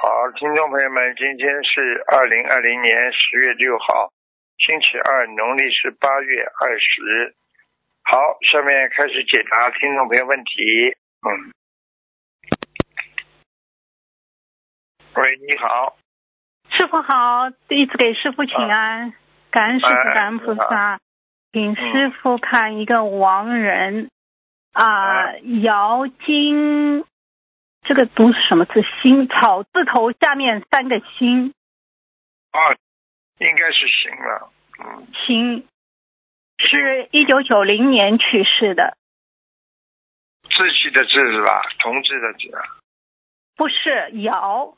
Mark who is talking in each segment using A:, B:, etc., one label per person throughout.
A: 好，听众朋友们，今天是二零二零年十月六号，星期二，农历是八月二十。好，下面开始解答听众朋友问题。嗯，喂，你好，
B: 师傅好，弟子给师傅请安，感恩师
A: 哎
B: 傅，
A: 哎
B: 感恩菩
A: 你好
B: 萨，请师傅看一个亡人啊，
A: 哎
B: 姚金，这个读什么字？心草字头下面三个心，
A: 啊，应该是行了。嗯，
B: 心是一九九零年去世的，
A: 自己的字是吧？同志的字啊。
B: 不是姚，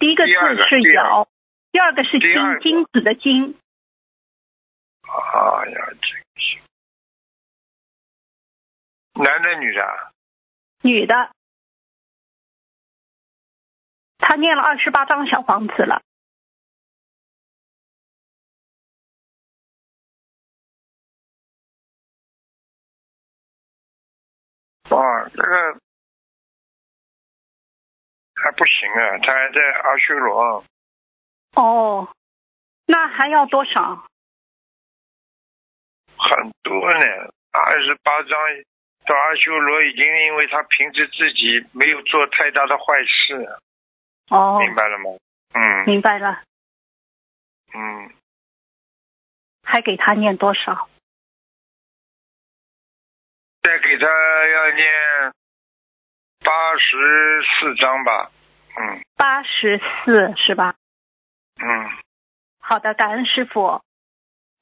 B: 第一个
A: 第
B: 字
A: 二个
B: 是
A: 第二个
B: 姚，第二个是
A: 第二个，
B: 金金子的金，
A: 啊呀，这个男的女的啊？
B: 女的，她念了二十八张小房子了，
A: 哇，哦这个还不行啊，他还在阿修罗，
B: 哦，那还要多少？
A: 很多呢，二十八章到阿修罗已经因为他平时自己没有做太大的坏事，
B: 哦，
A: 明白了吗？嗯
B: 明白了，
A: 嗯，
B: 还给她念多少？
A: 再给他要念八十四章吧，嗯
B: 八十四是吧？
A: 嗯，
B: 好的，感恩师傅。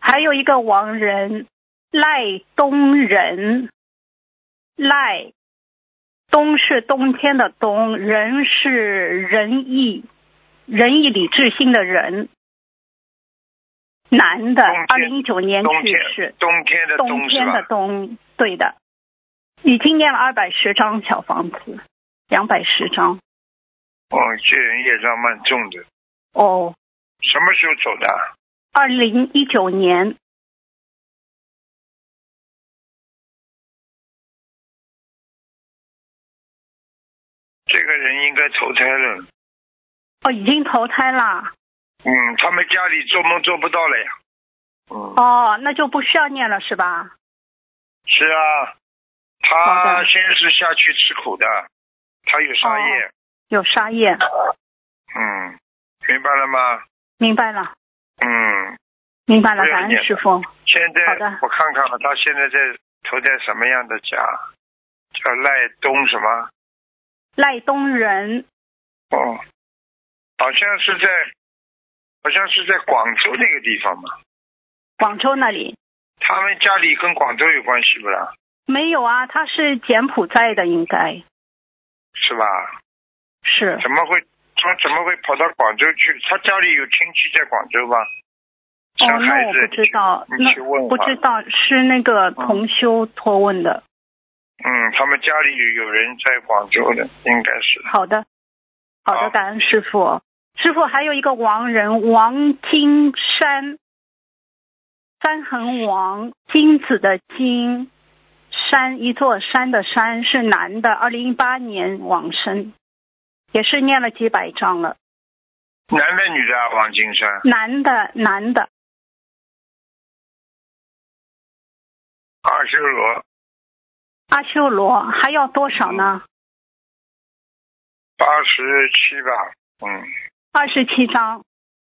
B: 还有一个亡人赖东仁，赖东是冬天的冬，仁是仁义，仁义礼智信的仁。男的，
A: 冬
B: 二
A: 天
B: 零一九年
A: 冬
B: 去
A: 天
B: 世，
A: 冬天的
B: 冬
A: 冬是
B: 天的
A: 吧？
B: 冬，对的。已经念了二百十张小房子，两百十张
A: 哦，这人业障蛮重的，
B: 哦。
A: 什么时候走的啊？
B: 二零一九年
A: 这个人应该投胎了。
B: 哦，已经投胎啦。
A: 嗯，他们家里做梦做不到了呀。嗯，
B: 哦，那就不需要念了是吧？
A: 是啊，
B: 好
A: 他
B: 的
A: 先是下去吃苦的，他有杀
B: 哦
A: 业。
B: 有沙业，
A: 嗯，明白了吗？
B: 明白了，
A: 嗯，
B: 明白了，
A: 不要
B: 感
A: 念了
B: 恩师傅。
A: 现在
B: 好的
A: 我看看吧，他现在在投在什么样的家？叫赖东什么？
B: 赖东仁，
A: 哦，好像是在，好像是在广州那个地方嘛。
B: 广州那里
A: 他们家里跟广州有关系不啦？
B: 没有啊，他是柬埔寨的，应该
A: 是吧？
B: 是
A: 怎么会他怎么会跑到广州去？他家里有亲戚在广州吧？
B: 哦
A: 生，孩
B: 那
A: 子
B: 我不知道，
A: 你去你去问
B: 那不
A: 吧
B: 知道是那个同修托问的。
A: 嗯，他们家里有人在广州的，应该是。
B: 好的，好
A: 好
B: 的，感恩师傅。师傅还有一个亡人王金山，三横王，金子的金，山一座山的山是男的，二零一八年往生，也是念了几百章了。
A: 男的女的啊？王金山
B: 男的，男的，
A: 阿修罗
B: 阿修罗还要多少呢？
A: 嗯八十七吧。嗯
B: 二十七章。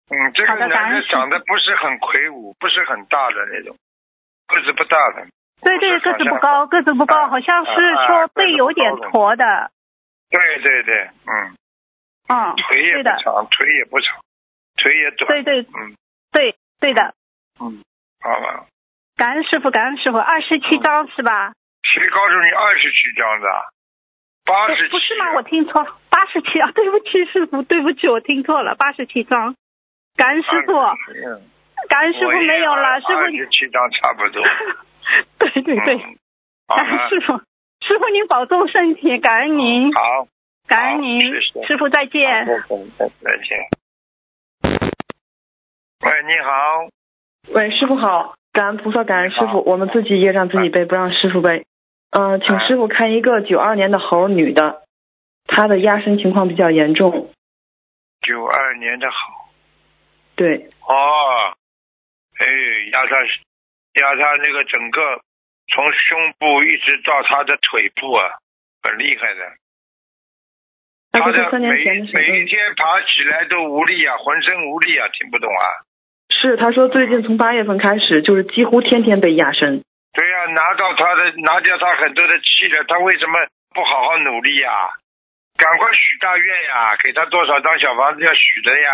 A: 嗯，这
B: 好
A: 个
B: 的感
A: 男
B: 恩
A: 的
B: 师
A: 长得不是很魁梧，不是很大的那种，个子不大的。
B: 对对，
A: 不是
B: 个
A: 好
B: 子不
A: 像
B: 高，个子不
A: 啊
B: 高，好像是
A: 啊啊
B: 说
A: 个子
B: 背
A: 不
B: 有
A: 高
B: 点
A: 的
B: 驼的，
A: 对对对，嗯，
B: 嗯，
A: 腿也
B: 对
A: 不
B: 的
A: 长，腿也不长，腿也短。
B: 对对
A: 嗯
B: 对对的。
A: 嗯，好吧。
B: 感恩师傅，感恩师傅，二十
A: 嗯
B: 七章是吧？
A: 谁告诉你二十七张的？八十七。
B: 不是吗？我听错，八十七啊，对不起，师傅，对不起，我听错了，八十七章。感恩师傅，
A: 嗯，
B: 感恩师傅没有了，师傅
A: 二
B: 你，
A: 十七张差不多。
B: 对对对，
A: 嗯，好
B: 感恩
A: 了，
B: 师傅，师傅您保重身体，感恩您，
A: 好，
B: 感恩您
A: 谢谢，
B: 师傅再见。
A: 再见，再见。喂，你好，
C: 喂，师傅好，感恩菩萨，感恩师
A: 好哎
C: 傅，我们自己业障自己背，不让师傅背。嗯、请
A: 啊
C: 师傅看一个九二年的猴女的，她的压身情况比较严重，
A: 九二年的好。
B: 对，
A: 哦，哎，压他，压他那个整个从胸部一直到他的腿部啊，很厉害的。
B: 那
A: 他
B: 就是
A: 的
B: 三年
A: 每
B: 前的时
A: 每一
B: 候。
A: 天爬起来都无力啊，浑身无力啊，听不懂啊。
B: 是，他说最近从八月份开始，就是几乎天天被压身。
A: 对呀、拿到他的，拿掉他很多的气了，他为什么不好好努力呀、赶快许大愿呀、给他多少张小房子要许的呀？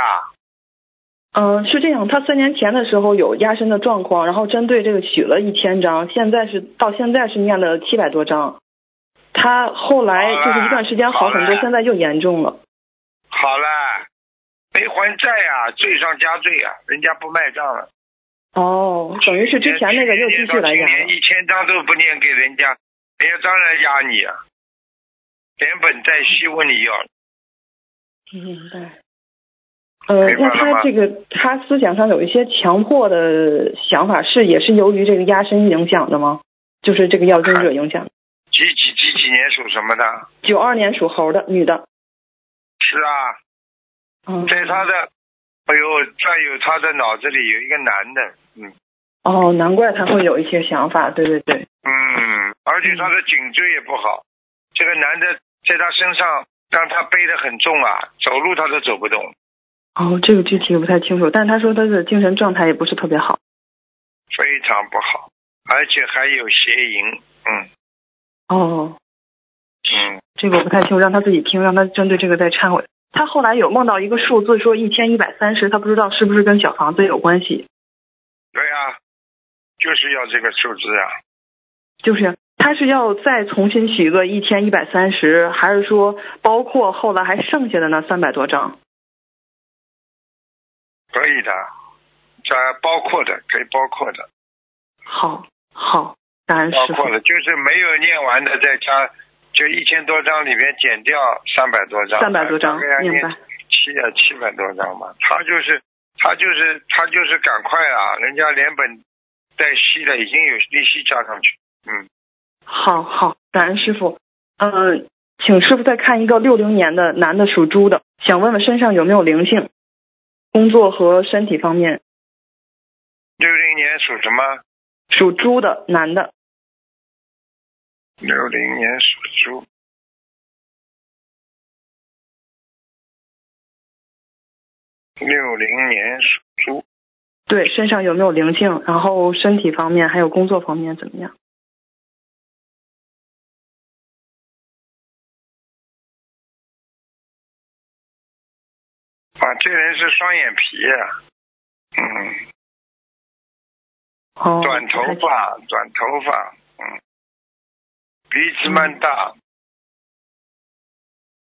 B: 嗯、是这样，他三年前的时候有压身的状况，然后针对这个许了一千张，现在是到现在是念了七百多张。他后来就是一段时间好很
A: 好
B: 多
A: 了，
B: 现在又严重了。
A: 好了，没还债呀、罪上加罪呀、人家不卖账了。
B: 哦，等于是之前那个又继续来压
A: 去年
B: 了。
A: 一千张都不念给人家，人家当然压你啊，连本带息问你要。
B: 嗯明白。呃，
A: 明白
B: 那
A: 了吗
B: 他这个他思想上有一些强迫的想法，是也是由于这个压身影响的吗？就是这个药精者影响。
A: 几几几几年属什么的？
B: 九二年属猴的女的。
A: 是啊，
B: 嗯。
A: 在他的，哎呦，在有他的脑子里有一个男的，嗯。
B: 哦，难怪他会有一些想法。对对对。
A: 嗯，而且他的颈椎也不好。这个男的在他身上让他背得很重啊，走路他都走不动，
B: 哦，这个具体不太清楚，但他说他的精神状态也不是特别好。
A: 非常不好，而且还有邪淫。嗯
B: 哦，
A: 嗯，
B: 这个我不太清楚，让他自己听，让他针对这个再忏悔。他后来有梦到一个数字，说一千一百三十，他不知道是不是跟小房子有关系。
A: 对啊，就是要这个数字啊。
B: 就是他是要再重新取个一千一百三十，还是说包括后来还剩下的那三百多张？
A: 可以的，这包括的，可以包括的，
B: 好，好，感恩
A: 包
B: 师
A: 括
B: 傅。
A: 的，就是没有念完的，再加就一千多张里面减掉三百多张，
B: 三百多张
A: 大概要，
B: 明
A: 念
B: 白。
A: 七啊七百多张吧，他就是他就是他就是赶快啊，人家连本带息的已经有利息加上去，嗯，
B: 好好，感恩师傅。嗯、请师傅再看一个六零年的男的属猪的，想问问身上有没有灵性？工作和身体方面，
A: 六零年属什么？
B: 属猪的男的，
A: 六零年属猪。六零年属猪，
B: 对，身上有没有灵性？然后身体方面还有工作方面怎么样？
A: 啊，这人是双眼皮呀、嗯，
B: 哦，
A: 短头
B: 不太清
A: 发，短头发，嗯，鼻子蛮大。
B: 嗯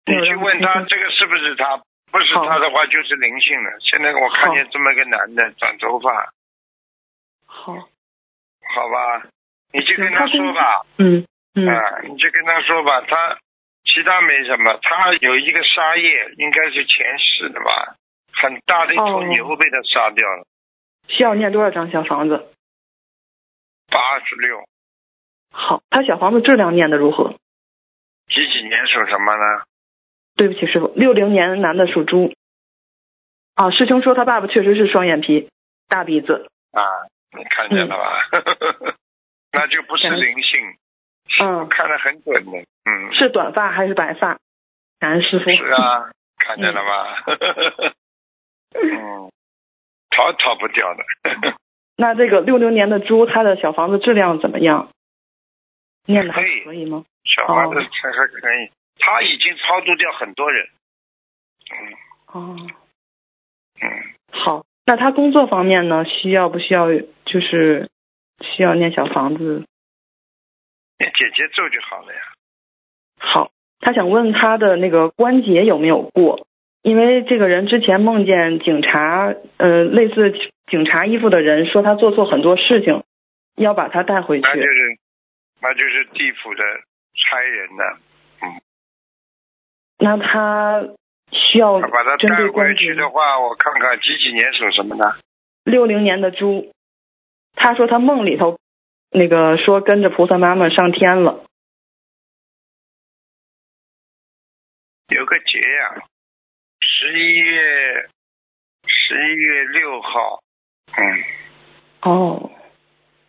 A: 你去问他这个是不是他？不是他的话就是灵性了。现在我看见这么一个男的，短头发，
B: 好，
A: 好吧，你去跟
B: 嗯他
A: 说吧，
B: 嗯嗯，
A: 啊，你去跟他说吧，他其他没什么，他有一个杀业，应该是前世的吧，很大的一头
B: 哦
A: 牛被他杀掉了，
B: 需要念多少张小房子？
A: 八十六，
B: 好，他小房子质量念的如何？
A: 几几年属什么呢？
B: 对不起，师傅，六零年男的属猪。啊，师兄说他爸爸确实是双眼皮，大鼻子。
A: 啊，你看见了吧？ 那就不是灵性，
B: 嗯，
A: 看得很准的。嗯，
B: 是短发还是白发？感恩师傅。
A: 是啊，看见了吧？ 嗯， 逃逃不掉的。
B: 那这个六零年的猪，他的小房子质量怎么样？念的还可以吗？
A: 小房子还还可以，他已经超度掉很多人。嗯
B: 哦，
A: 嗯，
B: 好。那他工作方面呢？需要不需要？就是需要念小房子？
A: 那姐姐咒就好了呀。
B: 好，他想问他的那个关节有没有过？因为这个人之前梦见警察，呃，类似警察衣服的人说他做错很多事情，要把他带回去
A: 那。就是，那就是地府的差人呢，
B: 那他需要
A: 把他
B: 哦针
A: 带
B: 对
A: 回
B: 关
A: 去
B: 节。
A: 的话，我看看几几年属什么的。
B: 六零年的猪，他说他梦里头那个说跟着菩萨妈妈上天了。
A: 有个结呀、十十一月十一月六号，嗯，
D: 哦，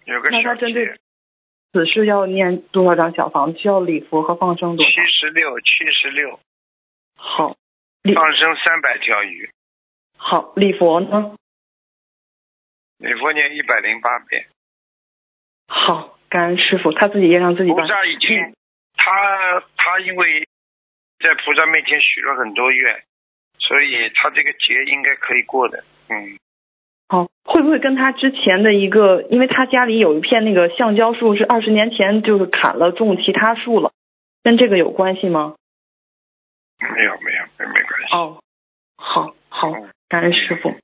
A: 有个
D: 那
A: 小
D: 他针对
A: 姐，
D: 此事要念多少张小房子？需要礼佛和放生多
A: 七
D: 少？
A: 十六七十六，
D: 好，
B: 嗯
D: 礼
A: 放生三百条鱼，
D: 好礼佛呢？
A: 每佛念一百零八遍。
D: 好，感恩师傅，他自己也让自己
A: 菩
D: 办。
A: 萨已经，
D: 嗯
A: 他他因为在菩萨面前许了很多愿，所以他这个劫应该可以过的。嗯，
D: 好，会不会跟他之前的一个，因为他家里有一片那个橡胶树，是二十年前就是砍了种其他树了，跟这个有关系吗？
A: 没有没有没没关系。
D: 哦，好好，
A: 嗯
D: 感恩师傅。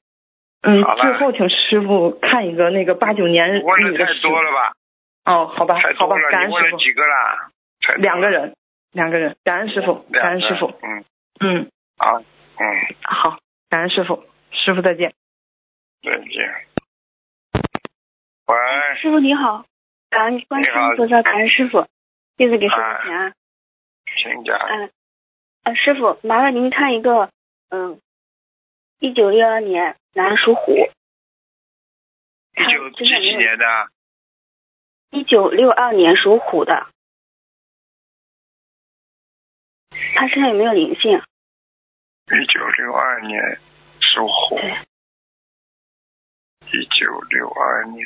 D: 嗯
A: 好，了
D: 最后请师傅看一个那个八九年
A: 你问
D: 女
A: 的
D: 的
A: 太
D: 事
A: 多了吧？
D: 哦，好吧
A: 太，
D: 好
A: 多
D: 吧，感
A: 了，你问
D: 恩师
A: 了
D: 傅。
A: 几个啦？太多了
D: 两个，人，两个人，感恩师傅，
A: 两个
D: 感恩师傅。
A: 嗯，
D: 嗯，
A: 好，嗯，
D: 好，感恩师傅，师傅再见。
A: 再见。喂，
B: 师傅你好，感恩观世
A: 你好
B: 音菩萨，感恩师傅，弟子给师傅请
A: 啊
B: 安。
A: 请讲。
D: 哎
B: 嗯、呃，师傅，麻烦您看一个，嗯，一九六二年男属虎，
A: 一九几几年的？
B: 一九六二年属虎的，他身上有没有灵性？啊
A: 一九六二年属虎。
B: 对
A: 一九六二年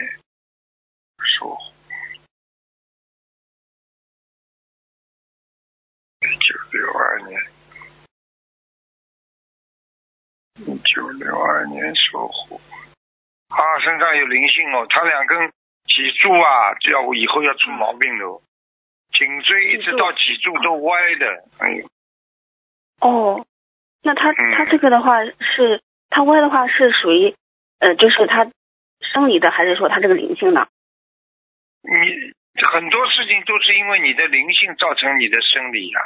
A: 属虎。一九六二年。一九六二年属虎。啊，身上有灵性哦，他两根脊柱啊，这要以后要出毛病的哦，颈椎一直到脊柱都歪的，哎呦。
B: 哦，那他
A: 嗯
B: 他这个的话是，他歪的话是属于，呃，就是他生理的，还是说他这个灵性呢？
A: 你嗯很多事情都是因为你的灵性造成你的生理呀、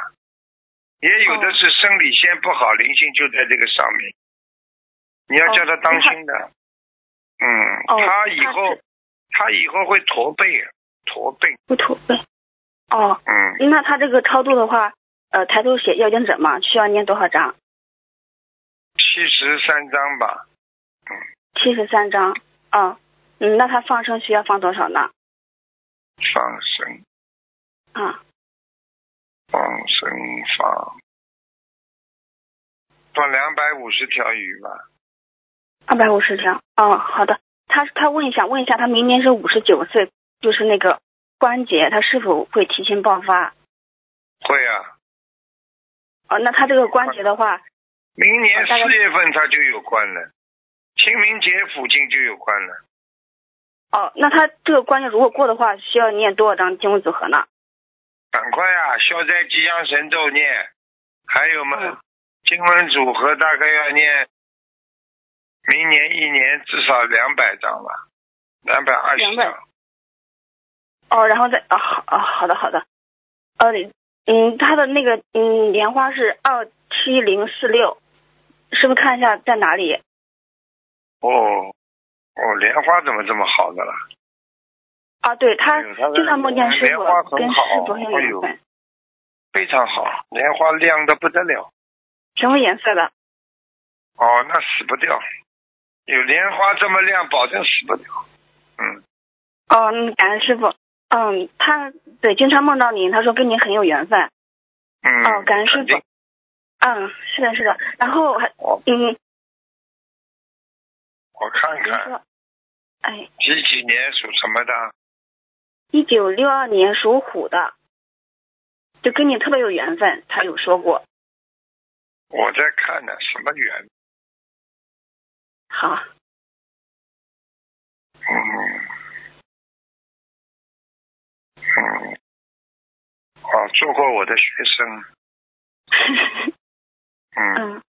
A: 也有的
B: 哦
A: 是生理先不好，灵性就在这个上面，你要叫他当心的。嗯，
B: 哦
A: 他以
B: 他
A: 后
B: 是
A: 他以后会驼背，啊驼背。
B: 不驼背。哦，
A: 嗯，
B: 那他这个超度的话，呃，抬头写要经者嘛，需要念多少章？
A: 七十三章吧，
B: 七十三章。啊，嗯，那他放生需要放多少呢？
A: 放生
B: 啊，
A: 放生放，放两百五十条鱼吧。
B: 二百五十条。哦，好的。他他问一下，问一下，他明年是五十九岁，就是那个关节，他是否会提前爆发？
A: 会啊，
B: 哦，那他这个关节的话，
A: 明年
B: 哦大概
A: 四月份它就有关了，清明节附近就有关了。
B: 哦，那他这个关节如果过的话，需要念多少张经文组合呢？
A: 赶快啊，消灾吉祥神咒念，还有嘛，
B: 嗯
A: 经文组合大概要念，明年一年至少两百张吧，两百二十
B: 200
A: 张。
B: 哦，然后再啊好啊好的好的，呃嗯，他的那个嗯莲花是二七零四六，师傅看一下在哪里？
A: 哦，哦，莲花怎么这么好的了？
B: 啊，对他
A: 哎呦他的
B: 经常梦见师
A: 莲花
B: 傅，
A: 很
B: 跟师
A: 好
B: 傅很有
A: 哎
B: 缘
A: 呦
B: 分。
A: 非常好，莲花亮的不得了。
B: 什么颜色的？
A: 哦，那死不掉，有莲花这么亮，保证死不掉。嗯，
B: 哦，嗯感恩师傅。嗯，他对经常梦到您，他说跟您很有缘分。
A: 嗯，
B: 哦，感恩师
A: 肯定
B: 傅。嗯，是的，是的。然后还
A: 我
B: 嗯，
A: 我看
B: 您
A: 看，
B: 说，哎，
A: 几几年属什么的？
B: 一九六二年属虎的，就跟你特别有缘分，他有说过。
A: 我在看呢，什么缘？
B: 好，
A: 嗯，嗯，哦，做过我的学生，嗯，
B: 嗯，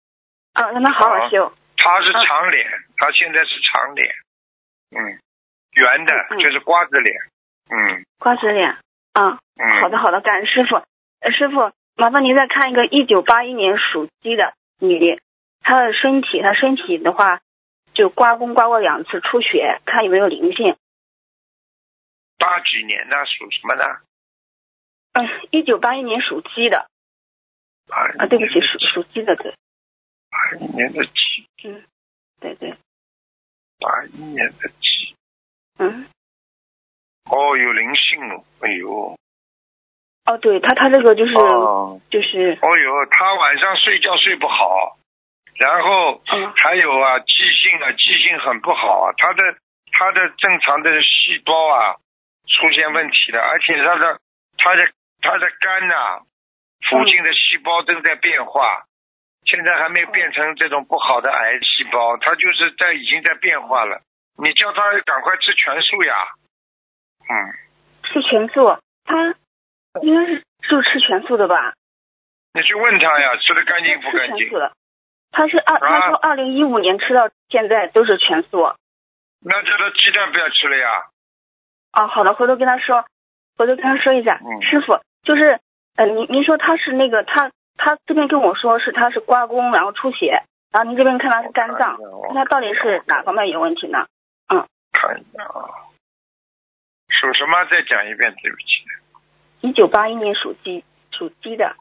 B: 啊，让他好好修。
A: 他是长脸，他现在是长脸，嗯，圆的，
B: 嗯嗯
A: 就是瓜子脸，嗯
B: 瓜子脸。啊，
A: 嗯，
B: 好的，好的，感恩师傅。呃师傅，麻烦您再看一个一九八一年属鸡的女，她的身体，她身体的话，就刮宫刮过两次出血，看有没有灵性。
A: 八几年的属什么呢？
B: 嗯，一九八一年属鸡的，
A: 啊嗯
B: 啊，对不起，属属鸡的，对，
A: 八一年的鸡，
B: 嗯，对对，
A: 八一年的鸡，
B: 嗯，
A: 哦，有灵性了，哎呦，
B: 哦，对他他这个就是、
A: 哦，
B: 就是，
A: 哦呦，他晚上睡觉睡不好，然后
B: 嗯
A: 还有啊，记性啊，记性很不好啊，他的他的正常的细胞啊出现问题了，而且他的他的他的肝呐、附近的细胞正在变化，现在还没变成这种不好的癌细胞，它就是在已经在变化了。你叫他赶快吃全素呀，嗯，
B: 吃全素，他应该是是吃全素的吧？
A: 你去问他呀，吃的干净啊不
B: 他
A: 干
B: 吃全
A: 净
B: 素？的，他是二他说二零一五年吃到现在都是全素。
A: 那叫他鸡蛋不要吃了呀。
B: 哦，好的，回头跟他说，回头跟他说一下。
A: 嗯
B: 师傅，就是，呃，您您说他是那个他他这边跟我说是他是刮宫，然后出血，然后您这边看他是肝脏，那他到底是哪方面有问题呢？
A: 看一下啊，属什么？再讲一遍，对不起。
B: 一九八一年属鸡，属鸡的。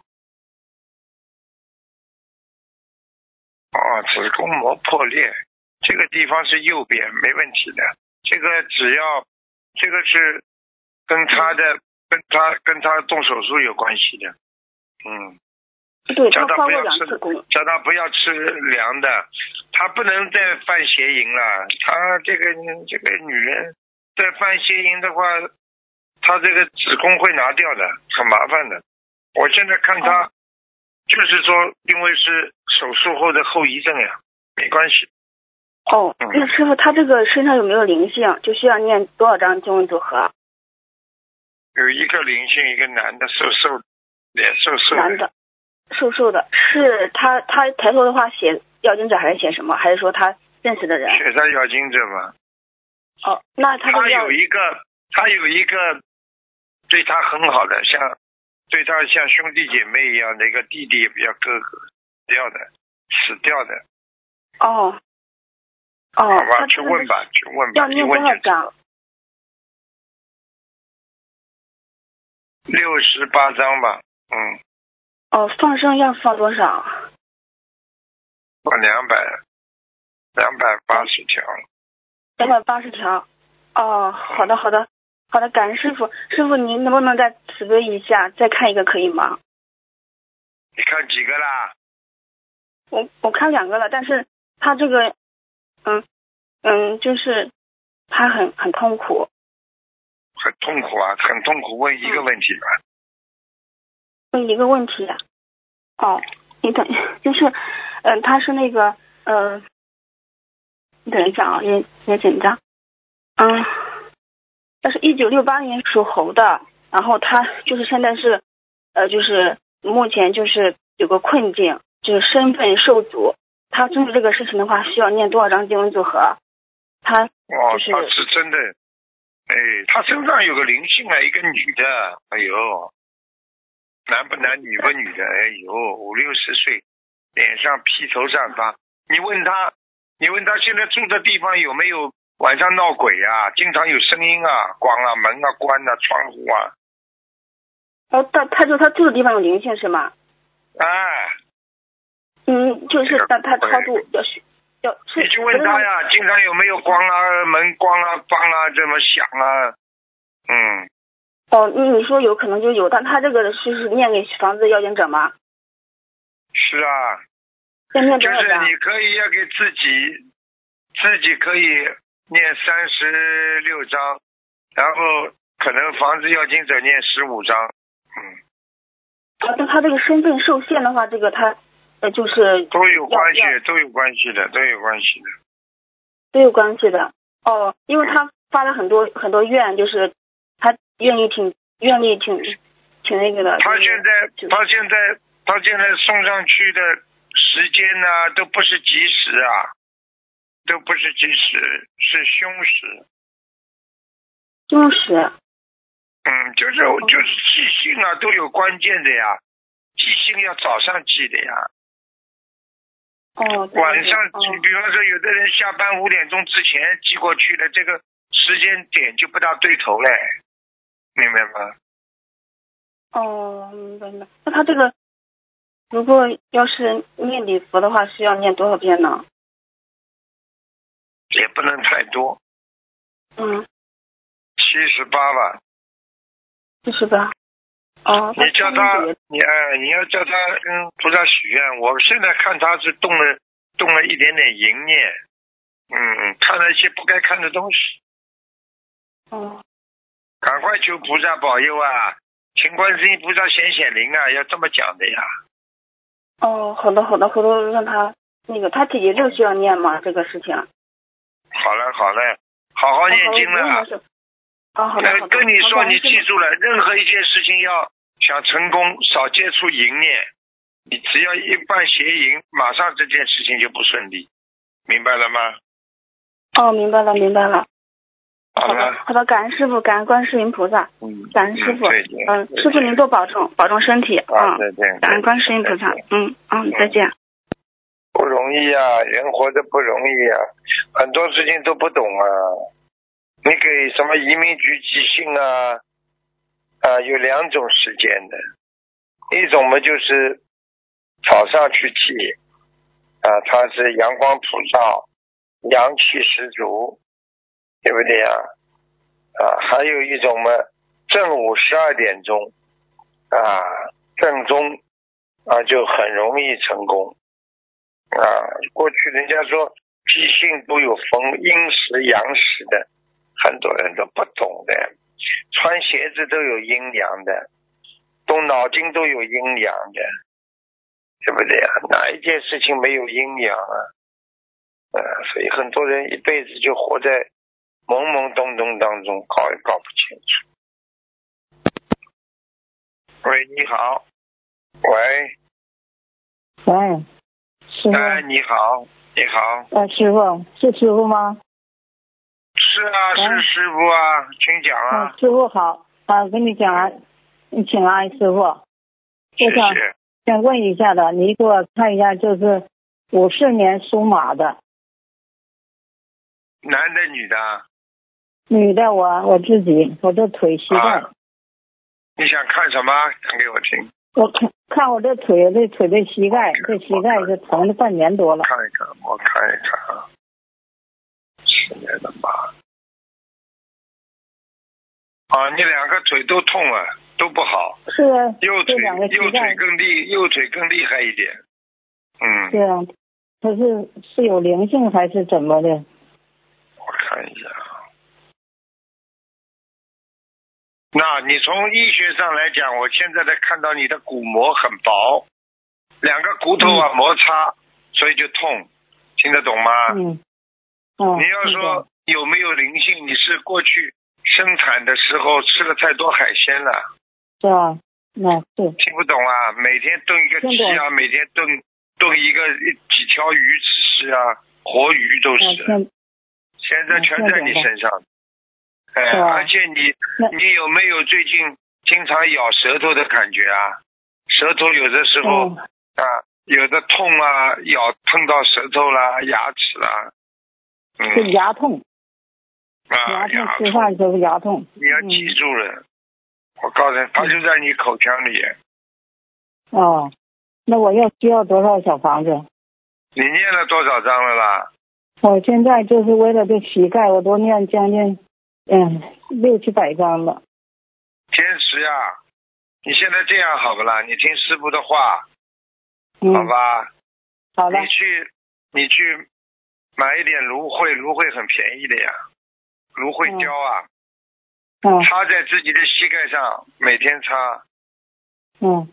A: 哦，子宫膜破裂，这个地方是右边，没问题的。这个只要，这个是跟他的、跟他、跟他动手术有关系的。嗯，
B: 对
A: 叫
B: 他
A: 他
B: 刮
A: 不要
B: 过两
A: 吃
B: 次宫，
A: 叫他不要吃凉的，他不能再犯邪淫了。他这个这个女人再犯邪淫的话，她这个子宫会拿掉的，很麻烦的。我现在看她，就是说，因为是手术后的后遗症呀，没关系。
B: 哦，
A: 嗯
B: 那师傅他这个身上有没有灵性？就需要念多少张经文组合？
A: 有一个灵性，一个男的，瘦瘦的，脸瘦瘦
B: 男
A: 的，
B: 的，瘦瘦的，是他他抬头的话写要经者还是写什么？还是说他认识的人？
A: 血在咬金者嘛。
B: 哦，那他这
A: 他
B: 个要
A: 有一个，他有一个对他很好的，像对他像兄弟姐妹一样的一个弟弟，也比较哥哥，死掉的，死掉的，
B: 哦哦
A: 好，吧，
B: 他
A: 去
B: 这个
A: 问吧，去问吧
B: 要，
A: 一
B: 念多
A: 问
B: 少
A: 就
B: 张？
A: 六十八章吧，嗯，
B: 哦，放生要放多少？
A: 放哦两百，两百八十条，
B: 两百八十条。哦，好的好的好的，感恩师傅，师傅您能不能再慈悲一下，再看一个可以吗？
A: 你看几个啦？
B: 我我看两个了，但是他这个，嗯嗯，就是他很很痛苦。
A: 很痛苦啊，很痛苦。问
B: 嗯
A: 一个问题吧，
B: 问一个问题、啊哦，你等，就是，嗯、他是那个，呃，你等一下啊，也也紧张，嗯，他是一九六八年属猴的，然后他就是现在是，呃，就是目前就是有个困境，就是身份受阻。他针对这个事情的话，需要念多少张经文组合？他
A: 哦，
B: 就是
A: 他是真的，哎，他身上有个灵性啊，一个女的，哎呦，男不男女不女的，哎呦，五六十岁，脸上披头散发，你问他，你问他现在住的地方有没有晚上闹鬼啊？经常有声音啊，咣啊门啊关啊窗户啊，
B: 哦，他他说他住的地方有灵性是吗？
A: 哎，
B: 嗯，就是
A: 是
B: 他他
A: 对
B: 超度要是要是
A: 你去问他呀，经常有没有光啊门光啊帮啊这么响啊，嗯。
B: 哦，你你说有可能就有，但他这个就是念给房子要经者吗？
A: 是啊，
B: 要念
A: 就
B: 多少
A: 是
B: 张？
A: 你可以要给自己，自己可以念三十六章，然后可能房子要经者念十五章，嗯，
B: 啊，但他这个身份受限的话，这个他呃就是
A: 都有关系
B: 要，
A: 都有关系的，都有关系的。
B: 都有关系的。哦，因为他发了很多很多愿，就是他愿意挺愿力挺挺那个的。
A: 他
B: 就是
A: 现在，
B: 啊就
A: 他现在，他现在送上去的时间呢、都不是及时啊，都不是及时，是凶时。
B: 就是
A: 嗯，就是
B: 哦
A: 就是记性啊，都有关键的呀，记性要早上记的呀。
B: 哦，对
A: 晚上
B: 哦，
A: 比方说有的人下班五点钟之前寄过去的，这个时间点就不大对头嘞，明白吗？
B: 哦哦，明白明白。那他这个如果要是念礼佛的话，需要念多少遍呢？
A: 也不能太多，
B: 嗯，
A: 七十八吧。
B: 就是吧。哦，
A: 你叫他
B: 那个也，
A: 你哎，你要叫他跟菩萨许愿。我现在看他是动了动了一点点淫念，嗯，看了一些不该看的东西，
B: 哦，
A: 赶快求菩萨保佑啊！请观世音菩萨显显灵啊！要这么讲的呀。
B: 哦，好的好的，回头让他那个他姐姐咒需要念吗？这个事情。
A: 好了好了，好好念经了。
B: 啊。啊，好的好
A: 呃
B: 的。
A: 跟你说，
B: 好的
A: 你记住了，任何一件事情要想成功，少接触淫念。你只要一犯邪淫，马上这件事情就不顺利，明白了吗？
B: 哦，明白了明白了。
A: 好
B: 好的
A: 了，
B: 好的，感恩师傅，感恩观世音菩萨，
A: 嗯，
B: 感恩师傅
A: 嗯再见。
B: 嗯，师傅您多保重，保重身体
A: 啊，
B: 嗯，
A: 再见。
B: 感恩观世音菩萨
A: 再见。
B: 嗯嗯，再见。
A: 不容易啊，人活着不容易啊，很多事情都不懂啊。你给什么移民局寄信啊？啊，有两种时间的，一种嘛就是早上去寄，啊，它是阳光普照，阳气十足，对不对呀、啊？还有一种嘛，正午十二点钟，啊，正中，啊，就很容易成功。啊，过去人家说批信都有分阴时阳时的，很多人都不懂的。穿鞋子都有阴阳的，动脑筋都有阴阳的，对不对啊？哪一件事情没有阴阳啊？呃、所以很多人一辈子就活在懵懵懂懂当中，搞也搞不清楚。喂，你好。喂，
E: 喂，嗯师傅，
A: 哎，你好，你好。
E: 呃，师傅是师傅吗？
A: 是啊，
E: 嗯
A: 是师傅啊，请讲
E: 啊
A: 啊，，嗯
E: 师傅好啊，跟你讲啊，你请安，师傅，我
A: 谢
E: 想
A: 谢。
E: 想问一下的，你给我看一下，就是五四年属马的
A: 男的女的啊，
E: 女的我，我自己，我这腿膝盖，
A: 啊你想看什么？讲给我听，
E: 我看看我这腿，这腿这膝盖，这膝盖是疼了半年多了，
A: 看一看，我看一看啊。去年的妈！啊，你两个腿都痛啊，都不好，
E: 是啊
A: 右腿
E: 这两个膝
A: 右腿
E: 盖
A: 更厉，右腿更厉害一点。
E: 是
A: 嗯，
E: 啊，它是是有灵性还是怎么的？
A: 我看一下啊。那你从医学上来讲，我现在在看到你的骨膜很薄，两个骨头啊摩擦，所以就痛，听得懂吗？
E: 嗯，啊，
A: 你要
E: 是的
A: 说有没有灵性，你是过去生产的时候吃了太多海鲜了，
E: 是吧？那是
A: 听不懂啊？每天炖一个
E: 听
A: 鸡啊，每天炖炖一个一几条鱼吃啊，活鱼都
E: 那
A: 是。
E: 现
A: 现
E: 嗯
A: 在全在你身上。哎，
E: 是吧
A: 而且你
E: 那
A: 你有没有最近经常咬舌头的感觉啊？舌头有的时候、
E: 嗯
A: 啊，有的痛啊，咬碰到舌头啦、牙齿啦，
E: 是
A: 嗯
E: 牙痛，
A: 啊，
E: 牙
A: 牙
E: 痛吃嗯饭时候牙痛。
A: 你要记住了，我告诉你，
E: 嗯
A: 它就在你口腔里。
E: 哦，那我要需要多少小房子？
A: 你念了多少章了啦？
E: 我现在就是为了这膝盖，我都念将近嗯六七百张了。
A: 坚持呀！你现在这样好不啦？你听师傅的话，
E: 嗯，
A: 好吧？
E: 好了
A: 你，去，你去买一点芦荟，芦荟很便宜的呀，芦荟胶啊，
B: 哦
E: 嗯
A: 擦在自己的膝盖上，每天擦。
E: 嗯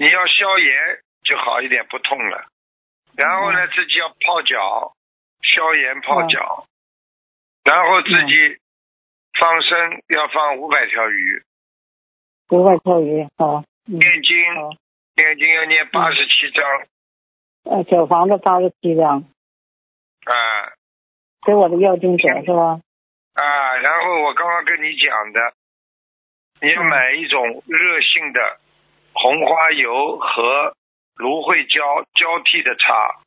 A: 你要消炎就好一点，不痛了。然后呢，自己要泡脚，消炎泡脚，然后自己放生要放五百条鱼，
E: 五百条鱼，好，嗯，
A: 念经
E: 好，
A: 念经要念八十七章
E: 呃，小房子八十七张，
A: 啊。
E: 给我的要经者是吧？
A: 啊，然后我刚刚跟你讲的，你
B: 嗯
A: 要买一种热性的红花油和芦荟胶交替的擦。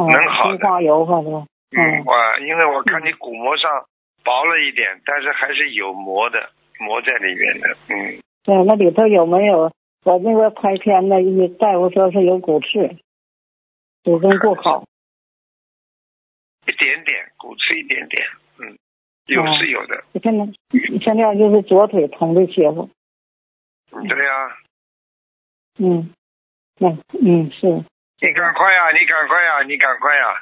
E: 哦，
A: 能好的
E: 金花油哈是吧？嗯
A: 哇，因为我看你骨膜上薄了一点，但是还是有膜的，膜在里面的。嗯，
E: 对，那里头有没有
B: 我那边拍片子，一大夫说是有骨刺，骨根不好。
A: 一点点骨刺，一点点，嗯，有
B: 哦
A: 是有的，
B: 现在现在就是左腿疼的邪乎，
A: 对呀、
B: 嗯，那嗯是，
A: 你赶快呀、你赶快呀、你赶快呀、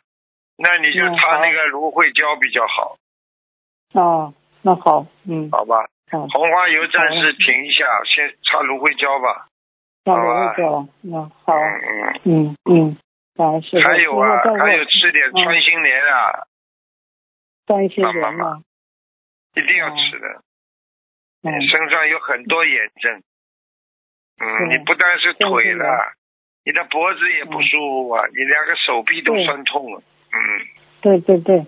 A: 那你就
B: 嗯
A: 擦
B: 好
A: 那个芦荟胶比较好，
B: 哦，那好，嗯，
A: 好吧？
B: 好，
A: 红花油暂时停一下，先擦芦荟胶吧。
B: 那
A: 好啊
B: 我
A: 吧
B: 就交，那好，
A: 嗯嗯。
B: 嗯嗯，好，是。
A: 还有啊，还有吃点
B: 嗯
A: 穿心莲啊，
B: 担心
A: 妈妈
B: 人
A: 嘛
B: 嘛，
A: 一定要吃的。
B: 嗯，
A: 身上有很多炎症，嗯，
B: 对
A: 你不单是腿
B: 对对对嗯
A: 了，你的脖子也不舒服啊，你两个手臂都
B: 对
A: 酸痛了，嗯，
B: 对对对，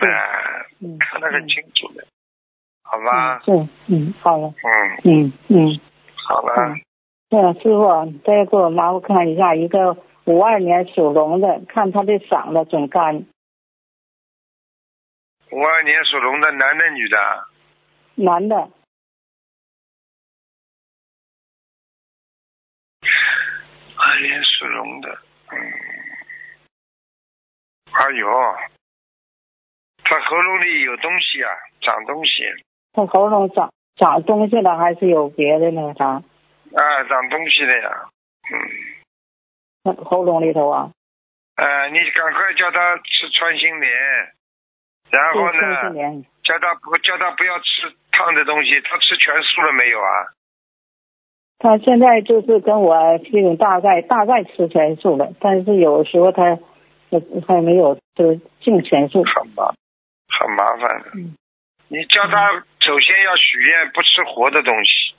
B: 对
A: 啊，
B: 嗯，
A: 看得很清楚的，好吧
B: 嗯，？是，嗯，好了，
A: 嗯，
B: 嗯嗯，
A: 好了
B: 嗯，那师傅啊你再给我麻烦看一下一个五二年属龙的，看他的嗓子总干，
A: 五二年属龙的男的女的啊，
B: 男的，
A: 二年属龙的，嗯，哎呦，他喉咙里有东西啊，长东西，
B: 他喉咙长长东西了还是有别的那啥？
A: 啊，长东西了呀，嗯。
B: 他喉咙里头啊，
A: 呃，你赶快叫他吃穿心莲，然后
B: 就三四
A: 呢，
B: 年，
A: 叫他不叫他不要吃烫的东西。他吃全素了没有啊？
B: 他现在就是跟我这种大概大概吃全素了，但是有时候他还没有就是净全素，
A: 很麻，很麻烦的。
B: 嗯
A: 你叫他首先要许愿，不吃活的东西，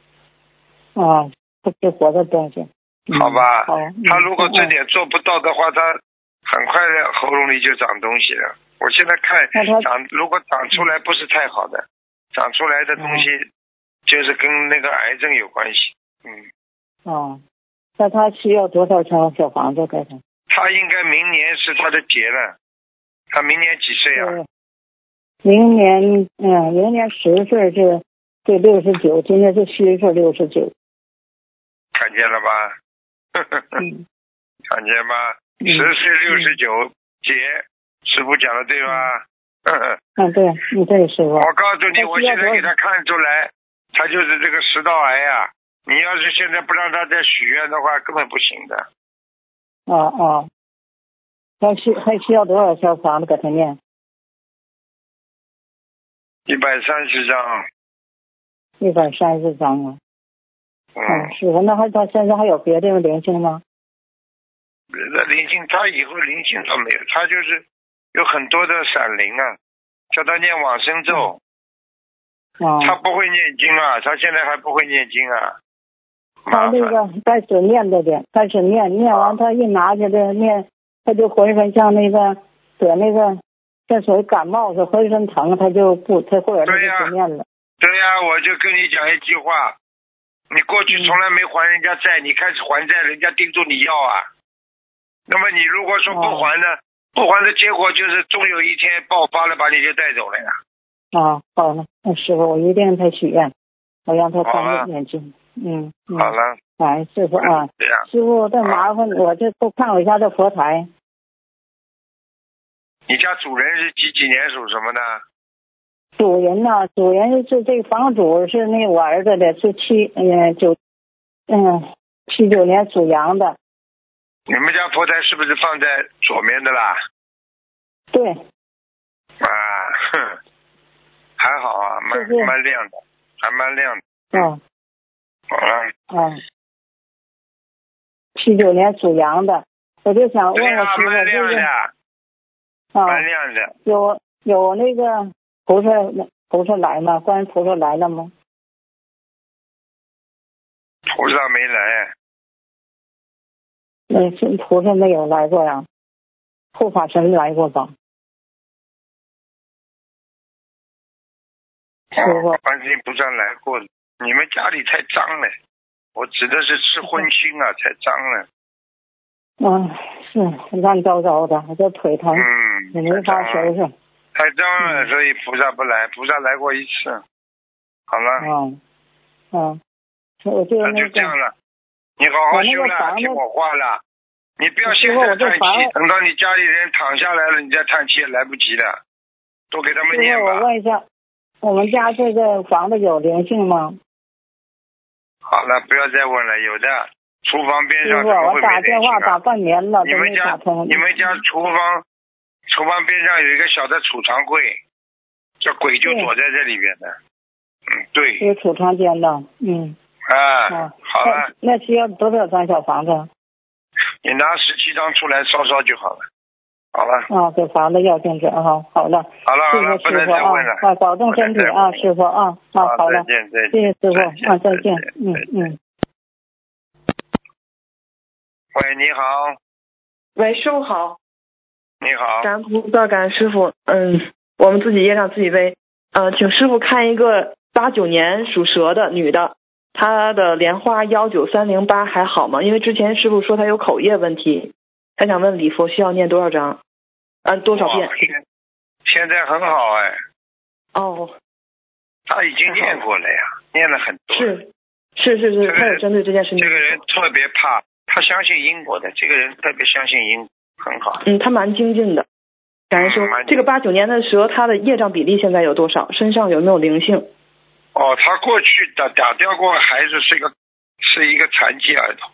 B: 啊，不吃活的东西。嗯
A: 好吧？
B: 好，嗯
A: 他如果这点做不到的话，他很快的喉咙里就长东西了。我现在
B: 那他
A: 看长，如果长出来不是太好的，长出来的东西
B: 嗯
A: 就是跟那个癌症有关系。嗯。
B: 哦，那他需要多少张小房子给他？
A: 他应该明年是他的节了，他明年几岁啊？
B: 呃明年，嗯，明年十岁是对六十九，今年是虚岁六十九。
A: 看见了吧？
B: 嗯，
A: 看见吧？
B: 嗯
A: 十岁六十九节，师傅讲的对吧？
B: 啊，对，你对师傅，
A: 我告诉你，
B: 那
A: 我
B: 需要
A: 现在
B: 多
A: 给
B: 少
A: 他看出来，他就是这个食道癌啊！你要是现在不让他再许愿的话，根本不行的。
B: 啊啊，还需还需要多少小房子给他念？
A: 一百三十张，
B: 一百三十张啊。
A: 嗯，
B: 啊，师傅，那还他身上还有别的灵性吗？
A: 那灵性他以后灵性倒没有，他就是有很多的闪灵啊，叫他念往生咒。
B: 啊，
A: 他不会念经啊，他现在还不会念经啊，麻
B: 他
A: 烦
B: 那。个开始念着的，开始念，念完他一拿起来念，他就浑身像那个得那个，像属于感冒似的，浑身疼，他就不，他或者他
A: 对呀
B: 就不念了。
A: 对呀、我就跟你讲一句话，你过
B: 嗯
A: 去从来没还人家债，你开始还债，人家叮嘱你要啊。那么你如果说不还呢，
B: 哦
A: 不还的结果就是终有一天爆发了，把你就带走了呀。
B: 啊，好了，那师傅，我一定让他许愿，我让他
A: 好
B: 当
A: 了
B: 面念经。嗯，嗯
A: 好，了，
B: 感恩师傅啊，
A: 这样，
B: 师傅再麻烦你，我这不看我家的佛台，
A: 你家主人是几几年属什么的？
B: 主人呐、主人是这房主是那我儿子的，是七嗯九嗯七九年属羊的，
A: 你们家佛台是不是放在左面的啦？
B: 对。
A: 啊，哼，还好啊，蛮
B: 谢谢
A: 蛮亮的，还蛮亮的。
B: 啊
A: 好了。
B: 啊，七九年属羊的，我就想问
A: 对
B: 问
A: 呀、
B: 师傅，
A: 蛮
B: 这
A: 亮
B: 个
A: 的，
B: 啊，
A: 蛮亮的。
B: 有有那个菩萨菩萨来吗？观音菩萨来了吗？
A: 菩萨没来，
B: 那是菩萨没有来过呀，护法神来过吧？师
A: 哦
B: 傅，
A: 观世音菩萨来过。你们家里太脏了，我指的是吃荤腥
E: 嗯
A: 啊，太脏了。
B: 啊，是乱糟糟的，我这腿
E: 哦
B: 疼，也
A: 嗯，
B: 没
A: 太
B: 法
A: 脏
B: 收
A: 了，
B: 拾
A: 太脏了，
B: 嗯
A: 所以菩萨不来。菩萨来过一次，好了，
E: 哦
B: 啊啊，我就
A: 嗯那
B: 那
A: 就这
B: 个
A: 样了。你好好修了，听我话了。你不要现在叹气，等到你家里人躺下来了，你再叹气也来不及了。多给他们念
E: 吧。我问一下，我们家这个房子有灵性吗？
A: 好了，不要再问了。有的，厨房边上怎么
E: 会没灵性、啊？我打电话打半年了，
A: 你们家你们家厨房厨房边上有一个小的储藏柜，这鬼就躲在这里边的。嗯，对。
E: 有储藏间的，嗯。
A: 啊，啊好了
E: 那。那需要多少张小房子？啊
A: 你拿十七张出来烧烧就好了。好了。
E: 啊，给房子要定制啊，好了。
A: 好了，
E: 谢谢
A: 师傅啊，
E: 啊，保重身体啊，师傅啊，啊，好了，谢谢师
A: 傅
E: 啊，再见，嗯嗯。
A: 喂，你好。
D: 喂，师傅好。
A: 你好。
D: 感恩菩萨，感恩师傅。嗯，我们自己业障自己背。呃，请师傅看一个八九年属蛇的女的。他的莲花幺九三零八还好吗？因为之前师傅说他有口业问题，他想问礼佛需要念多少章？嗯、啊，多少遍？
A: 哦现在很好哎。
D: 哦。
A: 他已经念过了呀，念了很多。
D: 是是是是，他有针对这件事情。
A: 这个人特别怕，他相信因果的，这个人特别相信因，很好。
D: 嗯，他蛮精进的。感恩说，嗯、这个八九年的蛇，他的业障比例现在有多少？身上有没有灵性？
A: 哦，他过去打打掉过孩子，是一个是一个残疾儿童。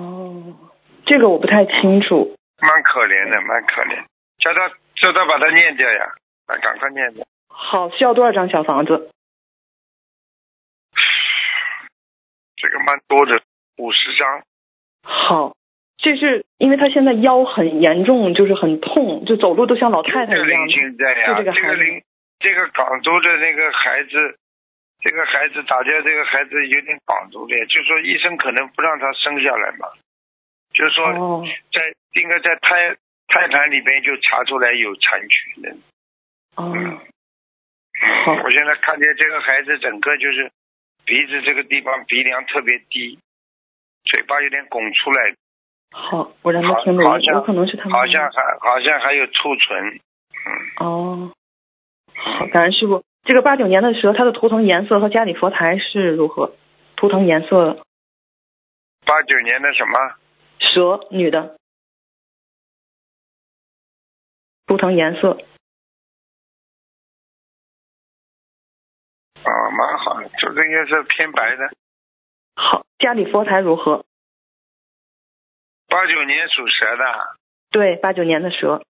D: 哦，这个我不太清楚。
A: 蛮可怜的，蛮可怜。叫他叫他把他念掉呀，啊，赶快念掉。
D: 好，需要多少张小房子？
A: 这个蛮多的，五十张。
D: 好，这是因为他现在腰很严重，就是很痛，就走路都像老太太一样。
A: 现在呀，
D: 就这个
A: 孩
D: 子。
A: 这个广州的那个孩子，这个孩子打掉这个孩子有点广州的，就说医生可能不让他生下来嘛，就说在、
D: 哦、
A: 应该在胎胎盘里边就查出来有残缺的。
D: 哦、
A: 嗯， 我现在看见这个孩子整个就是鼻子这个地方鼻梁特别低，嘴巴有点拱出来。
D: 好，我让他听懂，有可能是他
A: 好像还好像还有臭唇。
D: 嗯、哦。好，感恩师傅。这个八九年的蛇，它的图腾颜色和家里佛台是如何？图腾颜色？
A: 八九年的什么？啊
D: 蛇，女的。图腾颜色。
A: 啊，蛮好的，图腾颜色偏白的。
D: 好，家里佛台如何？
A: 八九年属蛇的。
D: 对，八九年的蛇。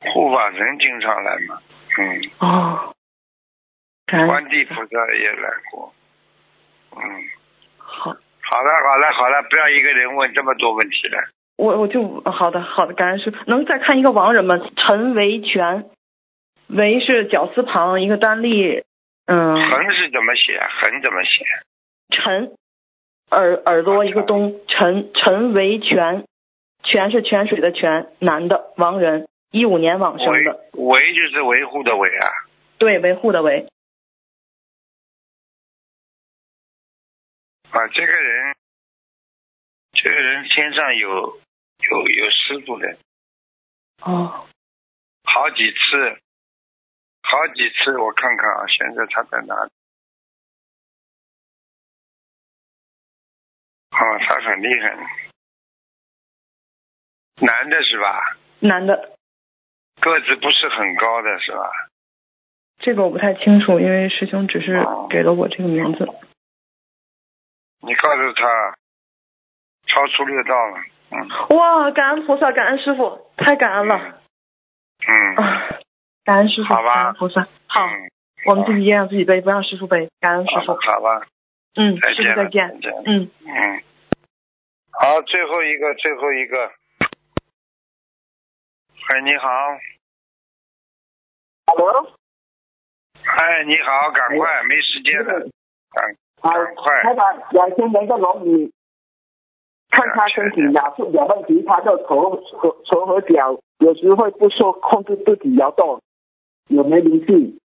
A: 护法神经常来嘛，嗯。
D: 哦。嗯
A: 观地菩萨也来过，嗯。
D: 好。
A: 好了好了好了，不要一个人问这么多问题了。
D: 我我就好的好的，感恩师傅。能再看一个亡人吗？陈维全，维是绞丝旁一个单立，嗯。
A: 横是怎么写？啊横怎么写？
D: 陈，耳耳朵一个东，陈陈维全，全是泉水的泉，男的亡人。一五年往生的，
A: 维就是维护的维啊。
D: 对，维护的维。
A: 啊，这个人，这个人天上有有有师傅的。
D: 哦。
A: 好几次，好几次，我看看啊，现在他在哪里？啊，他很厉害。男的是吧？
D: 男的。
A: 个子不是很高的是吧？
D: 这个我不太清楚，因为师兄只是
A: 哦
D: 给了我这个名字。
A: 你告诉他，超出六道了。嗯。
D: 哇，感恩菩萨，感恩师傅，太感恩了。
A: 嗯。
D: 啊，感恩师傅，
A: 好吧
D: 感恩菩萨。好，
A: 嗯、
D: 我们自己也让自己背，不让师傅背。感恩师傅。
A: 好吧。
D: 嗯，
A: 再
D: 师傅再见。
A: 再见
D: 嗯
A: 嗯。好，最后一个，最后一个。哎，你好。
F: Hello。
A: 哎，你好，赶快，没时间了，赶赶快。
F: 他把两千年的龙女，看他身体哪处有问题，他的头和头和脚有时会不受控制自己摇动，有没灵性？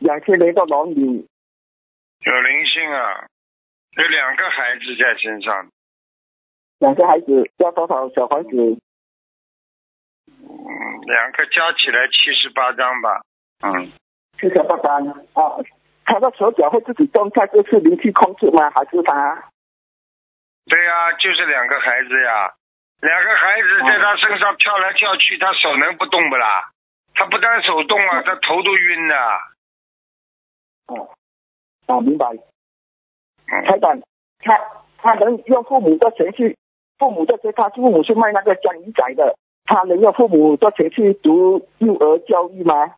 F: 两千年的龙女。
A: 有灵性啊，有两个孩子在身上。
F: 两个孩子要多少小房子？
A: 嗯，两个加起来七十八张吧。嗯，
F: 七十八张啊，他的手脚会自己动，他就是灵气控制吗？还是他？
A: 对呀、就是两个孩子呀，两个孩子在他身上跳来跳去，他手能不动不啦？他不但手动啊，他头都晕呐、
F: 哦，哦，明白。
A: 嗯，
F: 台长，他他能用父母的钱去，父母的钱，他父母是卖那个江鱼仔的，他能用父母的钱去读幼儿教育吗？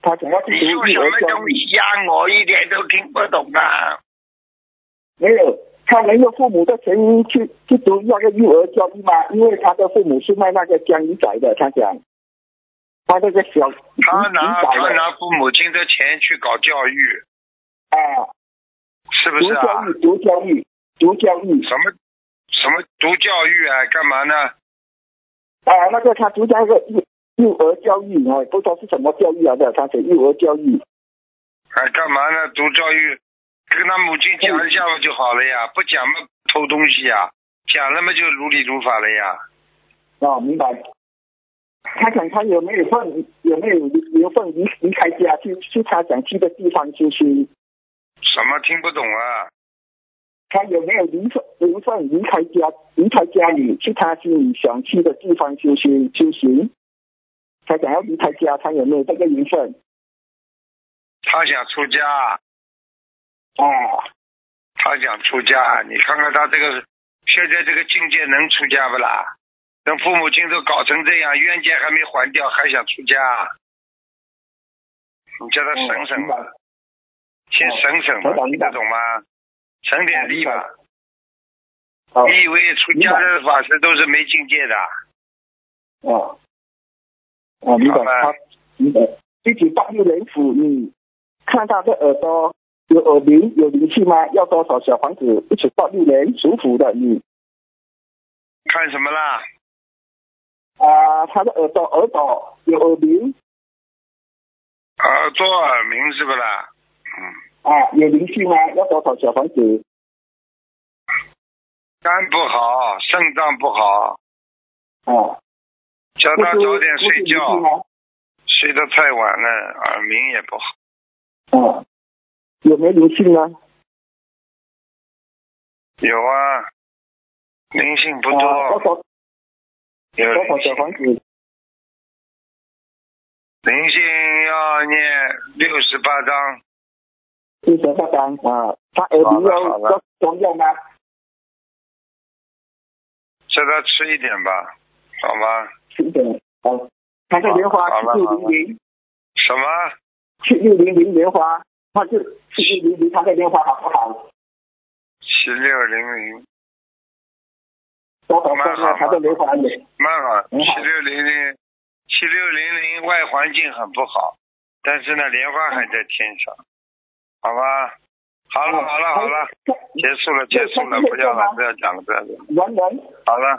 F: 他想要去
A: 你
F: 读
A: 说什
F: 幼儿
A: 么
F: 教
A: 东
F: 育，
A: 西呀、我一点都听不懂啊！
F: 没有，他能用父母的钱去去读那个幼儿教育吗？因为他的父母是卖那个江鱼仔的，他讲，他那个小
A: 他拿
F: 鱼
A: 他
F: 仔的
A: 拿父母亲的钱去搞教育，
F: 啊，
A: 是不
F: 读
A: 是啊
F: 教？育，读教育，读教育。
A: 什么什么读教育啊？干嘛呢？
F: 啊，那个他读那个幼幼儿教育，我也不知道是什么教育来的，他写幼儿教育。
A: 哎，干嘛呢？读教育，跟他母亲讲一下不就好了呀？不讲嘛，偷东西呀、讲了嘛，就如理如法了呀。
F: 哦，明白。他想他有没有份有没有有份离离开家去去他想去的地方去去，
A: 什么听不懂啊？
F: 他有没有离份离份离开家离开家里去他心里想去的地方去去修行？他想要离开家，他有没有这个缘分
A: 他想出家，
F: 啊？
A: 他想出家，你看看他这个现在这个境界能出家不啦？等父母亲都搞成这样，冤钱还没还掉，还想出家？你叫他省
F: 嗯
A: 省吧，先省省吧
F: 哦明，白啊
A: 听得懂吗？省点力吧。
F: 哦
A: 你以为出家的法师都是没境界的？
F: 哦，哦，明白
A: 好吧
F: 他，明白。一起帮助人府，你看他的耳朵有耳鸣有灵气吗？要多少小房子？一起帮助人属虎的你
A: 看什么啦？
F: 啊，他的耳朵耳朵有耳鸣
A: 耳朵耳鸣是不啦？嗯，
F: 啊，有灵气吗？要多少小房子？
A: 肝不好，肾脏不好，
F: 啊，
A: 叫
F: 不
A: 他
F: 是
A: 早点睡
F: 不是灵气
A: 觉，
F: 吗？
A: 睡得太晚了，耳鸣也不好。
F: 啊，有没有灵性呢？
A: 有啊，灵性不
F: 啊，多
A: 多，
F: 少
A: 有
F: 多少
A: 灵
F: 小
A: 性
F: 房子？
A: 灵性要念六十八章，
F: 谢谢大张啊，他耳鸣
A: 好
F: 要
A: 的好的
F: 要中药吗？
A: 叫他吃一点吧，好吗？
F: 是的，好，啊他的莲花
A: 好了
F: 七六零
A: 好了
F: 零。
A: 什么？
F: 去六零零莲花，他就去六零零他的莲花好不好？
A: 七六零零，
F: 多少分呢？他的莲花也
A: 蛮好。
F: 嗯好
A: 七六零零，七六零零外环境很不好，但是呢，莲花还在天上，好吧？好了
F: 嗯
A: 好哦了好了，结束了结束了，不要了不要讲了不要讲了，
F: 人人
A: 好了。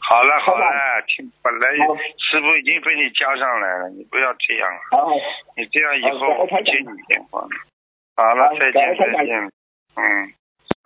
A: 好了好
F: 好
A: 了，听本来
F: 好
A: 师傅已经被你加上来了，你不要这样了。
F: 好，
A: 你这样以后
F: 好
A: 我
F: 感恩
A: 不
F: 台
A: 接
F: 长
A: 你电话了。好了
F: 好，
A: 再
F: 感
A: 见
F: 恩
A: 再
F: 台长
A: 见。嗯，